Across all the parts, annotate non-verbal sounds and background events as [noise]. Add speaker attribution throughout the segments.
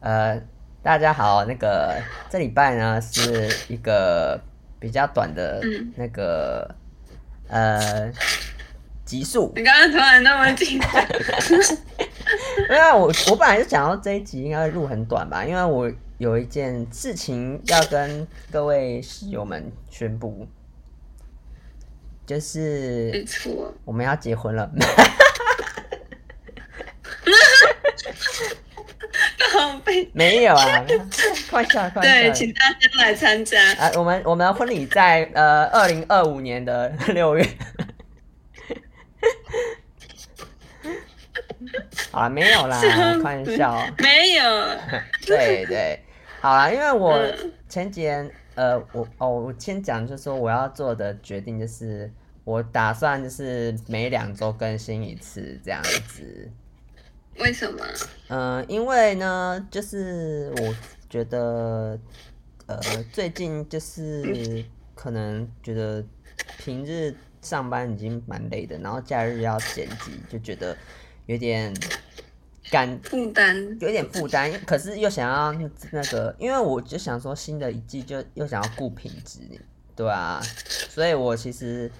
Speaker 1: 呃，大家好，那个这礼拜呢是一个比较短的
Speaker 2: 嗯
Speaker 1: 那个、呃集数，
Speaker 2: 你刚刚突然那么紧张，
Speaker 1: [laughs] 因为我我本来就想要这一集应该会录很短吧，因为我有一件事情要跟各位室友们宣布，就是
Speaker 2: 没错，
Speaker 1: 我们要结婚了。 [laughs]
Speaker 2: 浪费。
Speaker 1: 没有啊，快笑快笑。
Speaker 2: 对，请大家来参加。
Speaker 1: 啊，我们我们的婚礼在呃二零二五年的 [laughs] 六月。啊，没有啦，开玩笑。
Speaker 2: 没
Speaker 1: [laughs]
Speaker 2: 有，
Speaker 1: 对对，好啦，因为我
Speaker 2: 嗯
Speaker 1: 前几天呃，我哦，我先讲，就是说我要做的决定就是，我打算就是每两周更新一次这样子。
Speaker 2: 为什么？
Speaker 1: 嗯，因为呢，就是我觉得，呃，最近就是可能觉得平日上班已经蛮累的，然后假日要剪辑，就觉得有点感
Speaker 2: 负担。
Speaker 1: 有点负担，可是又想要那个，因为我就想说新的一季就又想要顾品质，对啊，所以我其实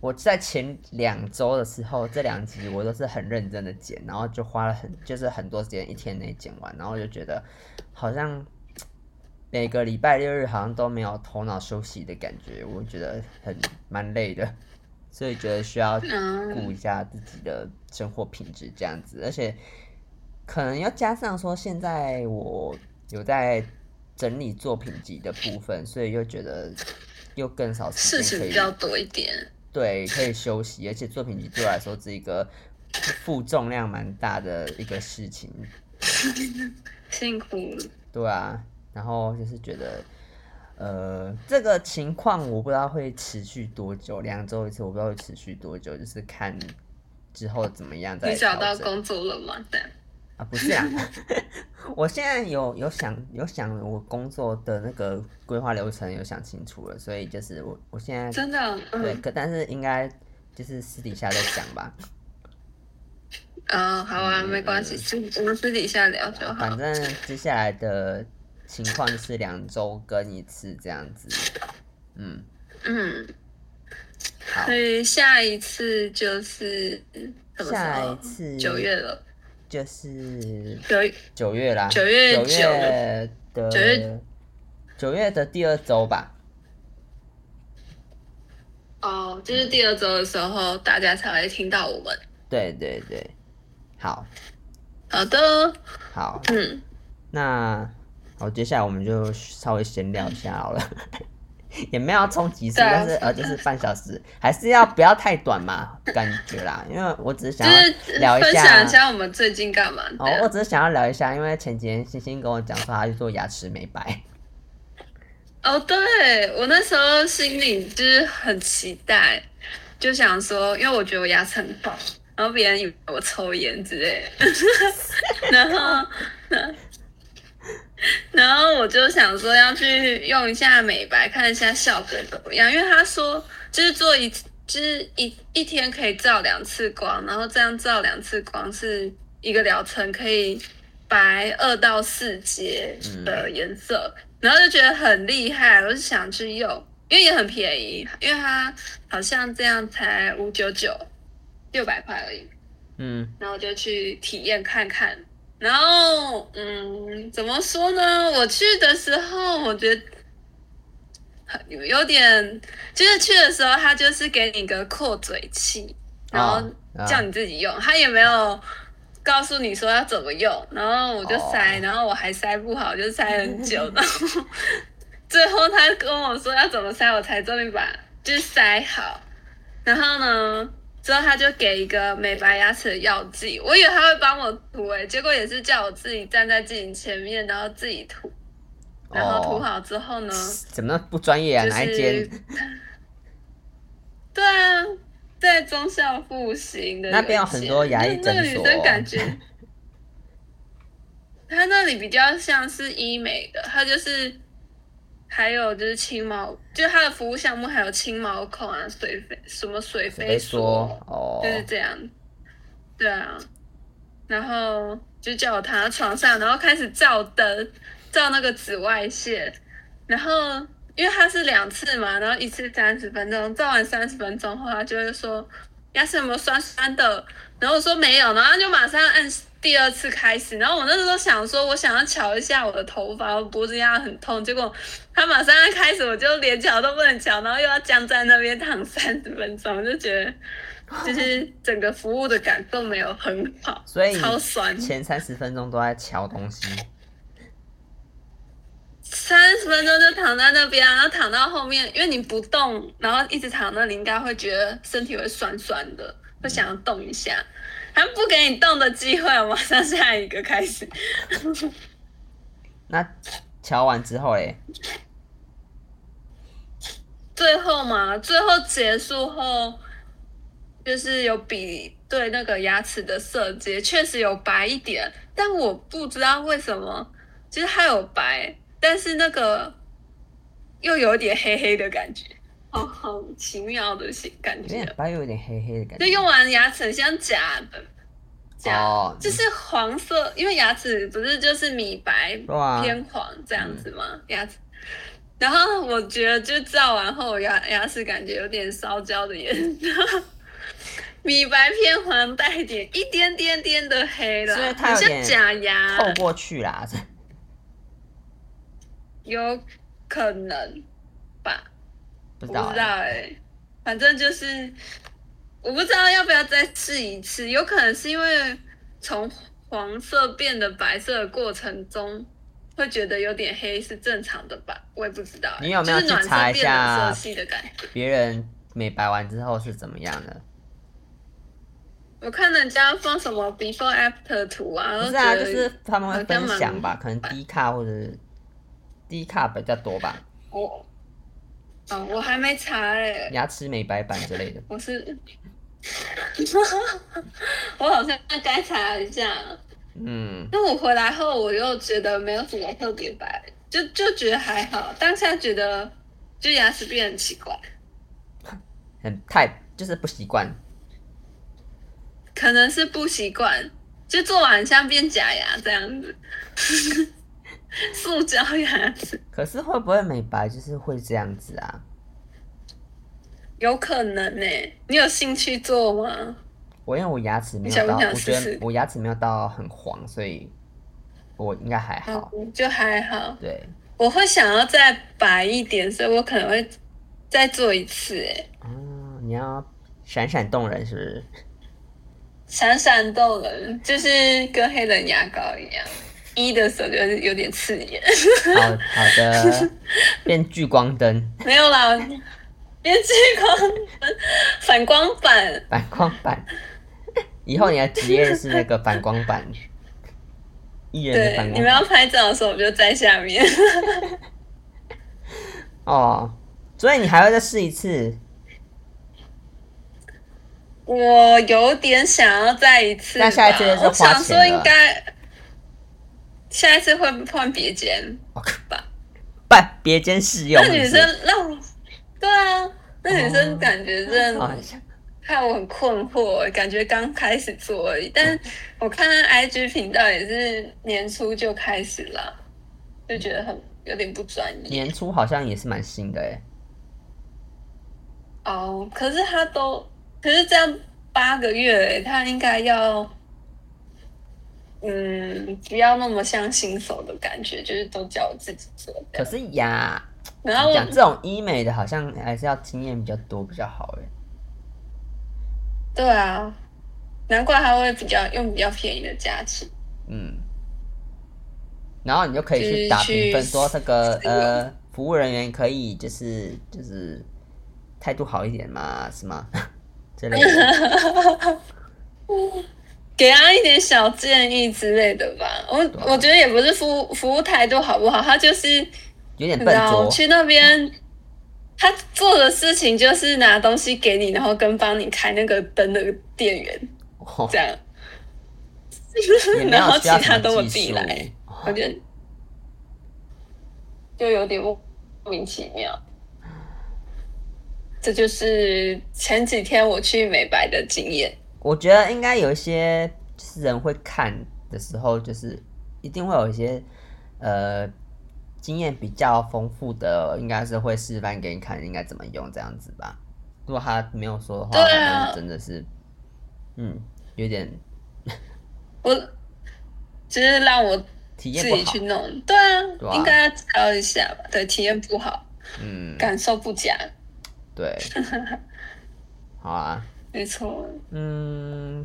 Speaker 1: 我在前两周的时候，这两集我都是很认真的剪，然后就花了很就是很多时间一天内剪完，然后我就觉得好像每个礼拜六日好像都没有头脑休息的感觉，我觉得很蛮累的，所以觉得需要
Speaker 2: 嗯，
Speaker 1: 顾一下自己的生活品质这样子，而且可能要加上说，现在我有在整理作品集的部分，所以又觉得又更少时间
Speaker 2: 事情
Speaker 1: 可以
Speaker 2: 比较多一点。
Speaker 1: 对可以休息，而且作品集对我来说是一个负重量蛮大的一个事情，
Speaker 2: 辛苦了，
Speaker 1: 对啊，然后就是觉得。呃，这个情况我不知道会持续多久，两周一次，我不知道会持续多久，就是看之后怎么样再
Speaker 2: 你
Speaker 1: 调
Speaker 2: 找到
Speaker 1: 整
Speaker 2: 工作了吗？对，
Speaker 1: 啊，不是啊， [laughs] 我现在有有想有想我工作的那个规划流程有想清楚了，所以就是我我现在
Speaker 2: 真的，
Speaker 1: 对，
Speaker 2: 嗯，
Speaker 1: 可但是应该就是私底下再讲吧，
Speaker 2: 哦，好
Speaker 1: 嗯
Speaker 2: 啊，没关系，私我们私底下聊就
Speaker 1: 反
Speaker 2: 好。
Speaker 1: 正接下来的情况就是两周更一次这样子，嗯，
Speaker 2: 嗯，
Speaker 1: 好
Speaker 2: 所，以下一次就是什么时
Speaker 1: 下一
Speaker 2: 候？
Speaker 1: 次
Speaker 2: 九月了，
Speaker 1: 就是
Speaker 2: 九
Speaker 1: 九月啦，
Speaker 2: 九月
Speaker 1: 九
Speaker 2: 九
Speaker 1: 月的
Speaker 2: 九月
Speaker 1: 九月的第二周吧，
Speaker 2: 哦，就是第二周的时候，大家才会听到我们。
Speaker 1: 对对对，好
Speaker 2: 好的，哦
Speaker 1: 好。
Speaker 2: 嗯，
Speaker 1: 那好，接下来我们就稍微闲聊一下好了， [laughs] 也没有要冲几次，
Speaker 2: 对啊
Speaker 1: 但是呃，就是半小时，还是要不要太短嘛，感觉啦，因为我只是
Speaker 2: 就
Speaker 1: 想
Speaker 2: 是
Speaker 1: 要聊一
Speaker 2: 分
Speaker 1: 下，
Speaker 2: 享一下我们最近干嘛
Speaker 1: 哦，我
Speaker 2: 的。
Speaker 1: 只是想要聊一下，因为前几天星星跟我讲说他去做牙齿美白，
Speaker 2: 哦，对我那时候心里就是很期待，就想说，因为我觉得我牙齿很棒，然后别人以为我抽烟之类的，然后。然后我就想说要去用一下美白，看一下效果怎么样。因为他说就是做一次，就是一一天可以照两次光，然后这样照两次光是一个疗程，可以白二到四节的颜色，然后就觉得很厉害，我就想去用，因为也很便宜，因为它好像这样才五九九，六百块而已。
Speaker 1: 嗯，
Speaker 2: 然后就去体验看看。然后，嗯，怎么说呢？我去的时候，我觉得很有有点，就是去的时候，他就是给你一个扩嘴器，然后
Speaker 1: 啊
Speaker 2: 叫你自己用，他也没有告诉你说要怎么用。然后我就塞，
Speaker 1: 哦
Speaker 2: 然后我还塞不好，就塞很久，
Speaker 1: [laughs]
Speaker 2: 然后最后他跟我说要怎么塞，我才终于把就是塞好。然后呢，之后他就给一个美白牙齿的药剂，我以为他会帮我涂诶、结果也是叫我自己站在镜子前面，然后自己涂，然后涂
Speaker 1: 哦，
Speaker 2: 好之后呢，
Speaker 1: 怎么不专业啊？
Speaker 2: 就
Speaker 1: 哪一
Speaker 2: 是
Speaker 1: 间？
Speaker 2: 对啊，在中校复兴的
Speaker 1: 那边有
Speaker 2: 一间
Speaker 1: 很多牙医
Speaker 2: 那那个
Speaker 1: 诊所啊
Speaker 2: 女生
Speaker 1: [laughs]
Speaker 2: 感觉，她那里比较像是医美的，她就是还有就是清毛，就是她的服务项目还有清毛孔啊、水飞什么水飞
Speaker 1: 别说
Speaker 2: 梭，
Speaker 1: 哦
Speaker 2: 就，是这样。对啊，然后就叫我躺在床上，然后开始照灯，照那个紫外线，然后因为它是两次嘛，然后一次三十分钟，照完三十分钟后，他就会说牙齿有没有酸酸的，然后我说没有，然后他就马上按第二次开始，然后我那时候想说，我想要瞧一下我的头发，我脖子压得很痛，结果他马上按开始，我就连瞧都不能瞧，然后又要僵在那边躺三十分钟，我就觉得。就是整个服务的感受没有很好，
Speaker 1: 所以
Speaker 2: 超酸。
Speaker 1: 前三十分钟都在瞧东西，
Speaker 2: 三十分钟就躺在那边啊，然后躺到后面，因为你不动，然后一直躺那里，应该会觉得身体会酸酸的，会想要动一下。他不给你动的机会， [laughs] 马上下一个开始。
Speaker 1: 那瞧完之后嘞，
Speaker 2: 最后嘛，最后结束后，就是有比对那个牙齿的色阶，确实有白一点，但我不知道为什么，就是它有白，但是那个又有点黑黑的感觉，好好奇妙的形感
Speaker 1: 有
Speaker 2: 觉哦
Speaker 1: 点。白又有点黑黑的感
Speaker 2: 就
Speaker 1: 觉，
Speaker 2: 用完牙齿很像假的，假的
Speaker 1: 哦
Speaker 2: 就是黄色，因为牙齿不是就是米白
Speaker 1: 对啊，
Speaker 2: 偏黄这样子吗？
Speaker 1: 嗯
Speaker 2: 牙齿。然后我觉得就照完后，我牙牙齿感觉有点烧焦的颜色，米白偏黄，带一点一点点点的黑
Speaker 1: 是因为
Speaker 2: 了，
Speaker 1: 它
Speaker 2: 很
Speaker 1: 有
Speaker 2: 像
Speaker 1: 点
Speaker 2: 假牙，
Speaker 1: 透过去啦，
Speaker 2: 有可能吧？
Speaker 1: 不知
Speaker 2: 我
Speaker 1: 道
Speaker 2: 不知道
Speaker 1: 欸，
Speaker 2: 哎、反正就是我不知道要不要再试一次，有可能是因为从黄色变得白色的过程中，会觉得有点黑是正常的吧，我也不知道欸、
Speaker 1: 你有没有
Speaker 2: 就是暖
Speaker 1: 去查
Speaker 2: 色
Speaker 1: 一
Speaker 2: 变暖
Speaker 1: 下
Speaker 2: 色系的感觉？
Speaker 1: 别人美白完之后是怎么样的？
Speaker 2: 我看人家放什么 before after 图啊，
Speaker 1: 不
Speaker 2: 然后
Speaker 1: 是
Speaker 2: 觉
Speaker 1: 啊，就
Speaker 2: 得
Speaker 1: 是他们会分享吧，
Speaker 2: 好
Speaker 1: 可
Speaker 2: 像蛮
Speaker 1: 能低卡或者是低卡比较多吧，
Speaker 2: 我，哦，我还没查哎、
Speaker 1: 牙齿美白版之类的。
Speaker 2: 我是， [laughs] 我好像该查一下。
Speaker 1: 嗯，
Speaker 2: 那我回来后，我又觉得没有什么特别白，就就觉得还好。当下觉得就牙齿变得很奇怪，
Speaker 1: 很太就是不习惯，
Speaker 2: 可能是不习惯，就做完像变假牙这样子，塑胶牙齿
Speaker 1: 可是会不会美白就是会这样子啊？
Speaker 2: 有可能呢、你有兴趣做吗？
Speaker 1: 我因为我牙齿没
Speaker 2: 你
Speaker 1: 有
Speaker 2: 想不
Speaker 1: 到，
Speaker 2: 想
Speaker 1: 我
Speaker 2: 试
Speaker 1: 觉得
Speaker 2: 试
Speaker 1: 我牙齿没有到很黄，所以我应该还好。
Speaker 2: 嗯，就还好。
Speaker 1: 对，
Speaker 2: 我会想要再白一点，所以我可能会再做一次、欸，
Speaker 1: 嗯，你要闪闪动人是不是？
Speaker 2: 闪闪动人，就是跟黑人牙膏一样，一的时候就是有点刺眼。
Speaker 1: 好好
Speaker 2: [laughs]
Speaker 1: 的，变聚光灯、
Speaker 2: 没有啦，连激光反光板，
Speaker 1: 反光板。以后你的职业是那个反光板，艺人的
Speaker 2: 对
Speaker 1: 反，
Speaker 2: 你
Speaker 1: 光
Speaker 2: 们
Speaker 1: 板
Speaker 2: 要拍照的时候我就在下面。 [laughs]
Speaker 1: 哦。所以你还会再试一次，
Speaker 2: 我有点想要再一次吧，
Speaker 1: 那下一次就是
Speaker 2: 我
Speaker 1: 花
Speaker 2: 想
Speaker 1: 钱
Speaker 2: 说
Speaker 1: 了
Speaker 2: 应该下一次会换别间
Speaker 1: 哦
Speaker 2: 吧。
Speaker 1: 不，别间试用
Speaker 2: 那
Speaker 1: 是不
Speaker 2: 女
Speaker 1: 是。
Speaker 2: 生让我，对啊，那女生感觉真的
Speaker 1: 好
Speaker 2: 看我很困惑，感觉刚开始做而已。但我看 IG 频道也是年初就开始了，就觉得很有点不专业。
Speaker 1: 年初好像也是蛮新的哎、
Speaker 2: 哦，可是他都，可是这样八个月、欸，他应该要，嗯，不要那么像新手的感觉，就是都叫我自己做
Speaker 1: 可
Speaker 2: 这样。
Speaker 1: 是呀，
Speaker 2: 然后
Speaker 1: 讲这种医美的，好像还是要经验比较多比较好哎、
Speaker 2: 对啊，难怪他会比较用比较便宜的价钱。
Speaker 1: 嗯。然后你就可以
Speaker 2: 就是
Speaker 1: 去打评分，
Speaker 2: 去
Speaker 1: 说这个
Speaker 2: 试用
Speaker 1: 呃服务人员可以就是就是态度好一点嘛，是
Speaker 2: [laughs]
Speaker 1: 吗？之类的。
Speaker 2: 给他一点小建议之类的吧，我
Speaker 1: 对啊
Speaker 2: 我觉得也不是服务服务态度好不好，他就是
Speaker 1: 有点
Speaker 2: 你
Speaker 1: 笨
Speaker 2: 知道
Speaker 1: 拙，
Speaker 2: 去那边，他做的事情就是拿东西给你，然后跟帮你开那个灯的店员
Speaker 1: 哦
Speaker 2: 这样，
Speaker 1: 也没
Speaker 2: 然后
Speaker 1: 有
Speaker 2: 其
Speaker 1: 需要
Speaker 2: 他
Speaker 1: 什
Speaker 2: 都我
Speaker 1: 么
Speaker 2: 自
Speaker 1: 技
Speaker 2: 己
Speaker 1: 术。
Speaker 2: 来，我觉得就有点莫名其妙。这就是前几天我去美白的经验。
Speaker 1: 我觉得应该有一些就是人会看的时候，就是一定会有一些呃经验比较丰富的，应该是会示范给你看应该怎么用这样子吧。如果他没有说的话，
Speaker 2: 对啊
Speaker 1: 那真的是，嗯，有点
Speaker 2: 我就是让我
Speaker 1: 体验
Speaker 2: 自
Speaker 1: 不
Speaker 2: 己
Speaker 1: 好
Speaker 2: 去，弄，对啊，
Speaker 1: 对啊
Speaker 2: 应该要教一下吧，对，体验不好，
Speaker 1: 嗯，
Speaker 2: 感受不佳，
Speaker 1: 对，好啊，
Speaker 2: 没错。
Speaker 1: 嗯，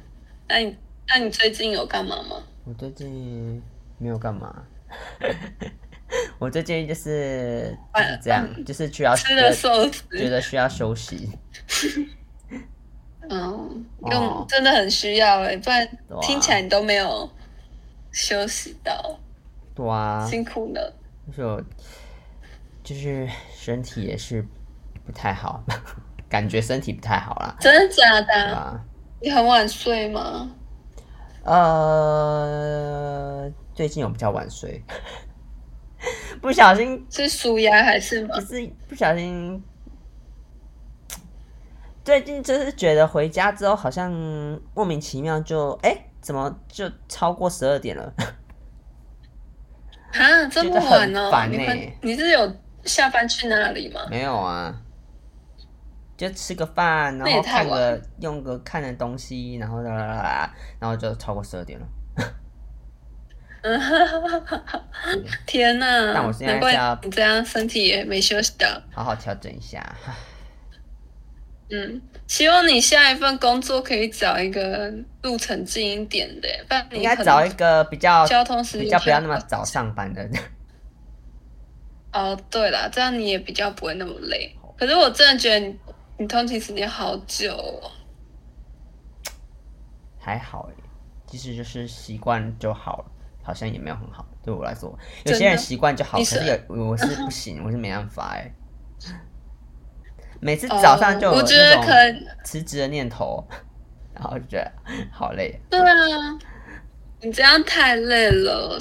Speaker 2: 那你那你最近有干嘛吗？
Speaker 1: 我最近没有干嘛， [laughs] 我最近就是就是这
Speaker 2: [laughs]
Speaker 1: 样，就是需要
Speaker 2: 吃了
Speaker 1: 觉
Speaker 2: 寿
Speaker 1: 得觉
Speaker 2: 司，
Speaker 1: 得需要休息，
Speaker 2: 嗯，
Speaker 1: 哦
Speaker 2: 用真的很需要哎、不然
Speaker 1: 对啊
Speaker 2: 听起来你都没有休息到，
Speaker 1: 对啊，
Speaker 2: 辛苦了。
Speaker 1: 就是我就是身体也是不太好，感觉身体不太好啦，
Speaker 2: 真的假
Speaker 1: 对啊
Speaker 2: 的？
Speaker 1: 吧？
Speaker 2: 你很晚睡吗？
Speaker 1: 呃，最近有比较晚睡， [laughs] 不小心
Speaker 2: 是舒压还是吗
Speaker 1: 不？是不小心，最近就是觉得回家之后好像莫名其妙就哎、怎么就超过十二点了？
Speaker 2: 啊，这么晚哦
Speaker 1: 觉得很、烦
Speaker 2: 你们
Speaker 1: 欸
Speaker 2: 你是有下班去哪里吗？
Speaker 1: 没有啊，就吃个饭，然
Speaker 2: 那也
Speaker 1: 后
Speaker 2: 太
Speaker 1: 看
Speaker 2: 晚
Speaker 1: 个用个看的东西，然后啦啦啦啦，然后就超过十二点了。
Speaker 2: 嗯，哈哈哈哈 [laughs] 天哪！
Speaker 1: 但我现在
Speaker 2: 难怪
Speaker 1: 是要
Speaker 2: 你这样身体也没休息到。
Speaker 1: 好好调整一下，唉
Speaker 2: 嗯，希望你下一份工作可以找一个路程近一点的，不然你
Speaker 1: 应该
Speaker 2: 可能
Speaker 1: 找一个比较
Speaker 2: 交通时间
Speaker 1: 比较不要
Speaker 2: 太
Speaker 1: 那么
Speaker 2: 短
Speaker 1: 早上班的。
Speaker 2: 哦，对啦，这样你也比较不会那么累。可是我真的觉得你你通勤时间好久、哦，
Speaker 1: [laughs] 还好哎，其实就是习惯就好了，好像也没有很好。对我来说，
Speaker 2: 真的
Speaker 1: 有些人习惯就好，可
Speaker 2: 你是
Speaker 1: 是有我是不行， [laughs] 我是没办法哎。每次早上就
Speaker 2: 哦
Speaker 1: 有
Speaker 2: 我觉得
Speaker 1: 那
Speaker 2: 可能
Speaker 1: 种辞职的念头，然后就觉得好累。
Speaker 2: 对啊，你这样太累了。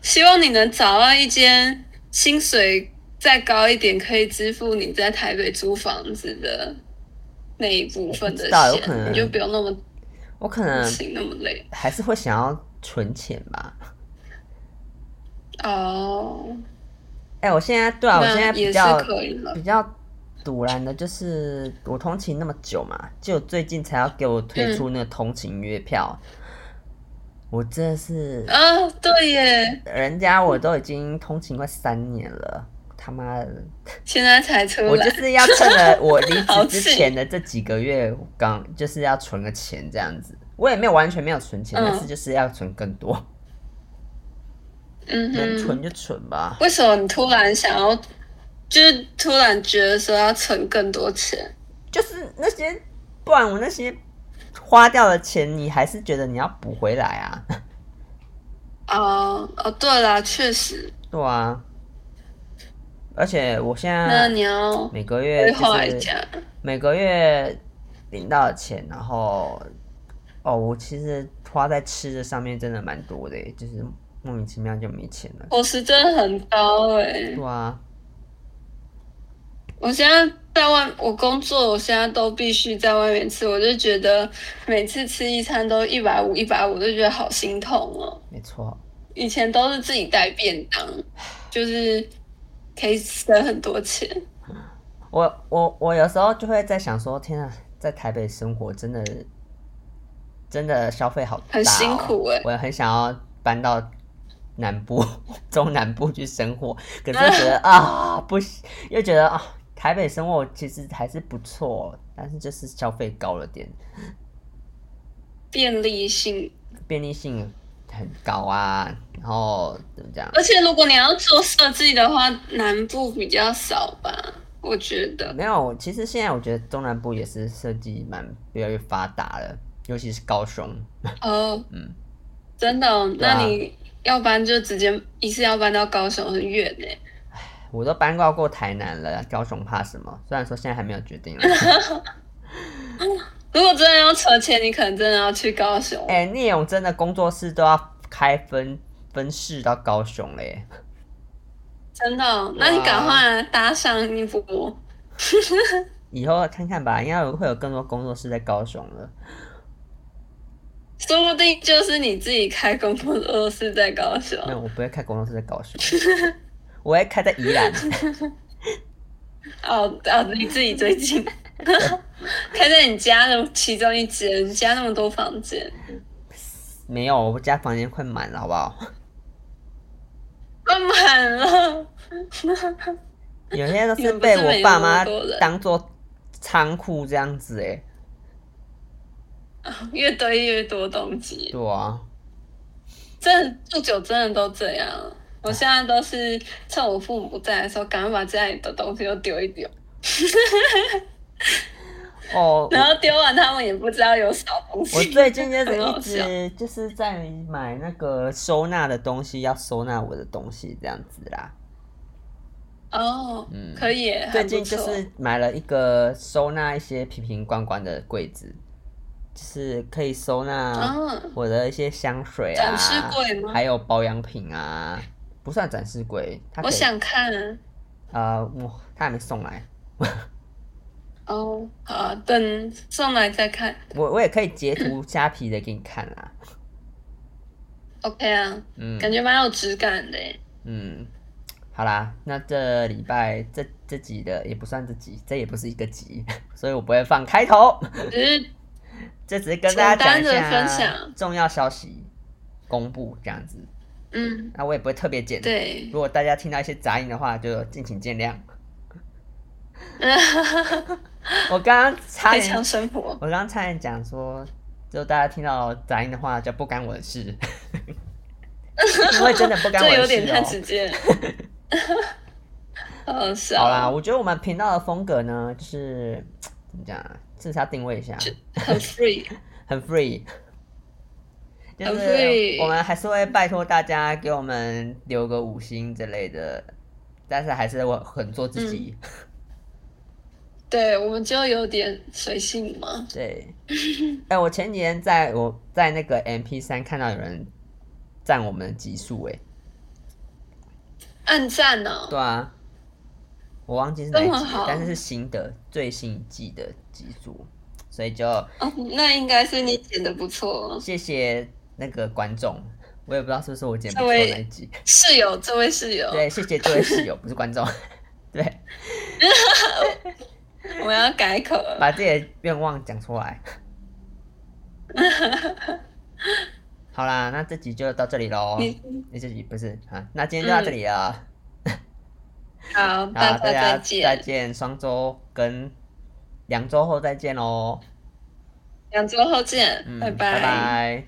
Speaker 2: 希望你能找到一间薪水再高一点，可以支付你在台北租房子的那一部分
Speaker 1: 我不
Speaker 2: 的
Speaker 1: 知道有可
Speaker 2: 钱，
Speaker 1: 能嗯
Speaker 2: 你就不用那么
Speaker 1: 我可能
Speaker 2: 辛那么累。
Speaker 1: 还是会想要存钱吧。
Speaker 2: 哦，
Speaker 1: 哎、我现在对啊，我现
Speaker 2: 那
Speaker 1: 在
Speaker 2: 也
Speaker 1: 比
Speaker 2: 是
Speaker 1: 较
Speaker 2: 可以了
Speaker 1: 比。较堵然的，就是我通勤那么久嘛，就最近才要给我推出那个通勤月票，我真的是
Speaker 2: 啊，对耶，
Speaker 1: 人家我都已经通勤快三年了，他妈的，
Speaker 2: 现在才出
Speaker 1: 我就
Speaker 2: 来，
Speaker 1: 是要趁
Speaker 2: [laughs]
Speaker 1: 着我离
Speaker 2: 好
Speaker 1: 职
Speaker 2: 气
Speaker 1: 之前的这几个月，刚就是要存个钱这样子。我也没有完全没有存钱，
Speaker 2: 嗯
Speaker 1: 但是就是要存更多，
Speaker 2: 嗯
Speaker 1: 能
Speaker 2: 哼。
Speaker 1: 存就存吧。
Speaker 2: 为什么你突然想要，就是突然觉得说要存更多钱？
Speaker 1: 就是那些，不然我那些花掉的钱，你还是觉得你要补回来啊。 [laughs]
Speaker 2: 哦哦，对啦，确实，
Speaker 1: 对啊，而且我现
Speaker 2: 那
Speaker 1: 在
Speaker 2: 你要
Speaker 1: 每个
Speaker 2: 规
Speaker 1: 月
Speaker 2: 划一
Speaker 1: 就是
Speaker 2: 下。
Speaker 1: 每个月领到的钱，然后哦，我其实花在吃的上面真的蛮多的耶，就是莫名其妙就没钱了。
Speaker 2: 伙食真的很高哎、
Speaker 1: 对啊，
Speaker 2: 我现在在外，我工作，我现在都必须在外面吃，我就觉得每次吃一餐都一百五、一百五，就觉得好心痛哦。
Speaker 1: 没错，
Speaker 2: 以前都是自己带便当，就是可以省很多钱。
Speaker 1: 我我我有时候就会在想说，天啊，在台北生活真的真的消费好大、哦，
Speaker 2: 很辛苦欸耶
Speaker 1: 我很想要搬到南部、中南部去生活，可
Speaker 2: [laughs]
Speaker 1: 是又觉得啊不行，又觉得啊台北生活其实还是不错，但是就是消费高了点。
Speaker 2: 便利性，
Speaker 1: 便利性很高啊，然后怎么讲？
Speaker 2: 而且如果你要做设计的话，南部比较少吧，我觉得。
Speaker 1: 没有，其实现在我觉得中南部也是设计蛮越来越发达了，尤其是高雄。
Speaker 2: 哦，
Speaker 1: 嗯，
Speaker 2: 真的哦、
Speaker 1: 对啊
Speaker 2: 那你要搬就直接一次要搬到高雄，很远欸呢、
Speaker 1: 我都搬到过台南了，高雄怕什么？虽然说现在还没有决
Speaker 2: [laughs]
Speaker 1: 定了。
Speaker 2: 如果真的要存钱，你可能真的要去高雄。
Speaker 1: 哎、聂永真的工作室都要开分分室到高雄嘞，
Speaker 2: 真的哦、那你赶快搭上一波。
Speaker 1: 以后看看吧，应该有会有更多工作室在高雄了。
Speaker 2: 说不定就是你自己开工作室在高雄。
Speaker 1: 没有，我不会开工作室在高
Speaker 2: [laughs]
Speaker 1: 雄，我会开在宜兰。
Speaker 2: 哦哦，离自己最近，
Speaker 1: [laughs]
Speaker 2: 开在你家的其中一间，你家那么多房间，
Speaker 1: 没有，我家房间快满了，好不好？
Speaker 2: 快满了。
Speaker 1: 有些都
Speaker 2: 你
Speaker 1: 是
Speaker 2: 们不
Speaker 1: 被
Speaker 2: 是
Speaker 1: 我
Speaker 2: 没
Speaker 1: 爸
Speaker 2: 那么
Speaker 1: 妈
Speaker 2: 多人
Speaker 1: 当做仓库这样子、欸，
Speaker 2: 越堆越多东西，
Speaker 1: 对啊，
Speaker 2: 这住久真的都这样。我现在都是趁我父母不在的时候，赶快把家里的东西都丢一丢，
Speaker 1: 哦，
Speaker 2: 然后丢完他们也不知道有少东 [laughs] 西。
Speaker 1: 我最近就是
Speaker 2: 很好
Speaker 1: 一
Speaker 2: 笑
Speaker 1: 直就是在买那个收纳的东西，要收纳我的东西这样子啦。
Speaker 2: 哦，
Speaker 1: 嗯
Speaker 2: 可以耶，
Speaker 1: 最
Speaker 2: 还
Speaker 1: 近
Speaker 2: 不
Speaker 1: 就
Speaker 2: 错
Speaker 1: 是买了一个收纳一些瓶瓶罐罐的柜子，就是可以收纳
Speaker 2: 嗯，
Speaker 1: 我的一些香水啊，
Speaker 2: 展示柜吗
Speaker 1: 还有保养品啊，不算展示柜，它可
Speaker 2: 我
Speaker 1: 以
Speaker 2: 想看啊
Speaker 1: 呃，我他还没送来，
Speaker 2: 哦，好啊，等上来再看。
Speaker 1: 我我也可以截图虾皮的给你看啦。
Speaker 2: OK 啊，
Speaker 1: 嗯
Speaker 2: 感觉蛮有质感的耶。
Speaker 1: 嗯，好啦，那这礼拜这这集的也不算这集，这也不是一个集， [laughs] 所以我不会放开头，
Speaker 2: 只是
Speaker 1: 这只是跟大家讲一
Speaker 2: 简单地分
Speaker 1: 下
Speaker 2: 享
Speaker 1: 重要消息公布这样子。
Speaker 2: 嗯，
Speaker 1: 那我也不会特别剪。 [laughs]
Speaker 2: 对，
Speaker 1: 如果大家听到一些杂音的话，就敬请见谅。 [laughs] 我刚刚差
Speaker 2: 非
Speaker 1: 点，
Speaker 2: 常生活。
Speaker 1: 我刚刚差点讲说，就大家听到杂音的话，就不干我的
Speaker 2: [laughs]
Speaker 1: 事， [laughs] 因为真的不干我的事、
Speaker 2: 这
Speaker 1: 哦。
Speaker 2: 有点太直
Speaker 1: [laughs]
Speaker 2: 接了。 [laughs] 好笑。哦
Speaker 1: 好啦，，我觉得我们频道的风格呢，就是怎么讲啊，至少要定位一下，
Speaker 2: 很 free。
Speaker 1: 很 free。就
Speaker 2: 很
Speaker 1: 是
Speaker 2: free
Speaker 1: 我们还是会拜托大家给我们留个五星之类的，但是还是我很做自己。
Speaker 2: 嗯对，我们就有点随性嘛。
Speaker 1: 对，哎、我前几天在我在那个 MP 三看到有人赞我们的集数，哎，
Speaker 2: 暗赞哦，
Speaker 1: 对啊，我忘记是哪一
Speaker 2: 这么
Speaker 1: 集了
Speaker 2: 好，
Speaker 1: 但是是新的最新一季的集数，所以就
Speaker 2: 哦，那应该是你剪的不错。哦
Speaker 1: 谢谢那个观众，我也不知道是不是我剪不
Speaker 2: 这
Speaker 1: 错
Speaker 2: 位
Speaker 1: 那一集。
Speaker 2: 室友，这位室友，
Speaker 1: 对，谢谢这位室
Speaker 2: [laughs]
Speaker 1: 友，不是观众。 [laughs] 对，
Speaker 2: 我要改口了。
Speaker 1: 把自己的愿望讲出
Speaker 2: [laughs]
Speaker 1: 来。好啦，那这集就到这里喽。
Speaker 2: 你
Speaker 1: 那这集不是啊？那今天就到这里了。
Speaker 2: 好，
Speaker 1: 好，
Speaker 2: 嗯大
Speaker 1: 大家再
Speaker 2: 再见。
Speaker 1: 见，双周跟两周后再见喽。
Speaker 2: 两周后见
Speaker 1: 嗯，，
Speaker 2: 拜
Speaker 1: 拜拜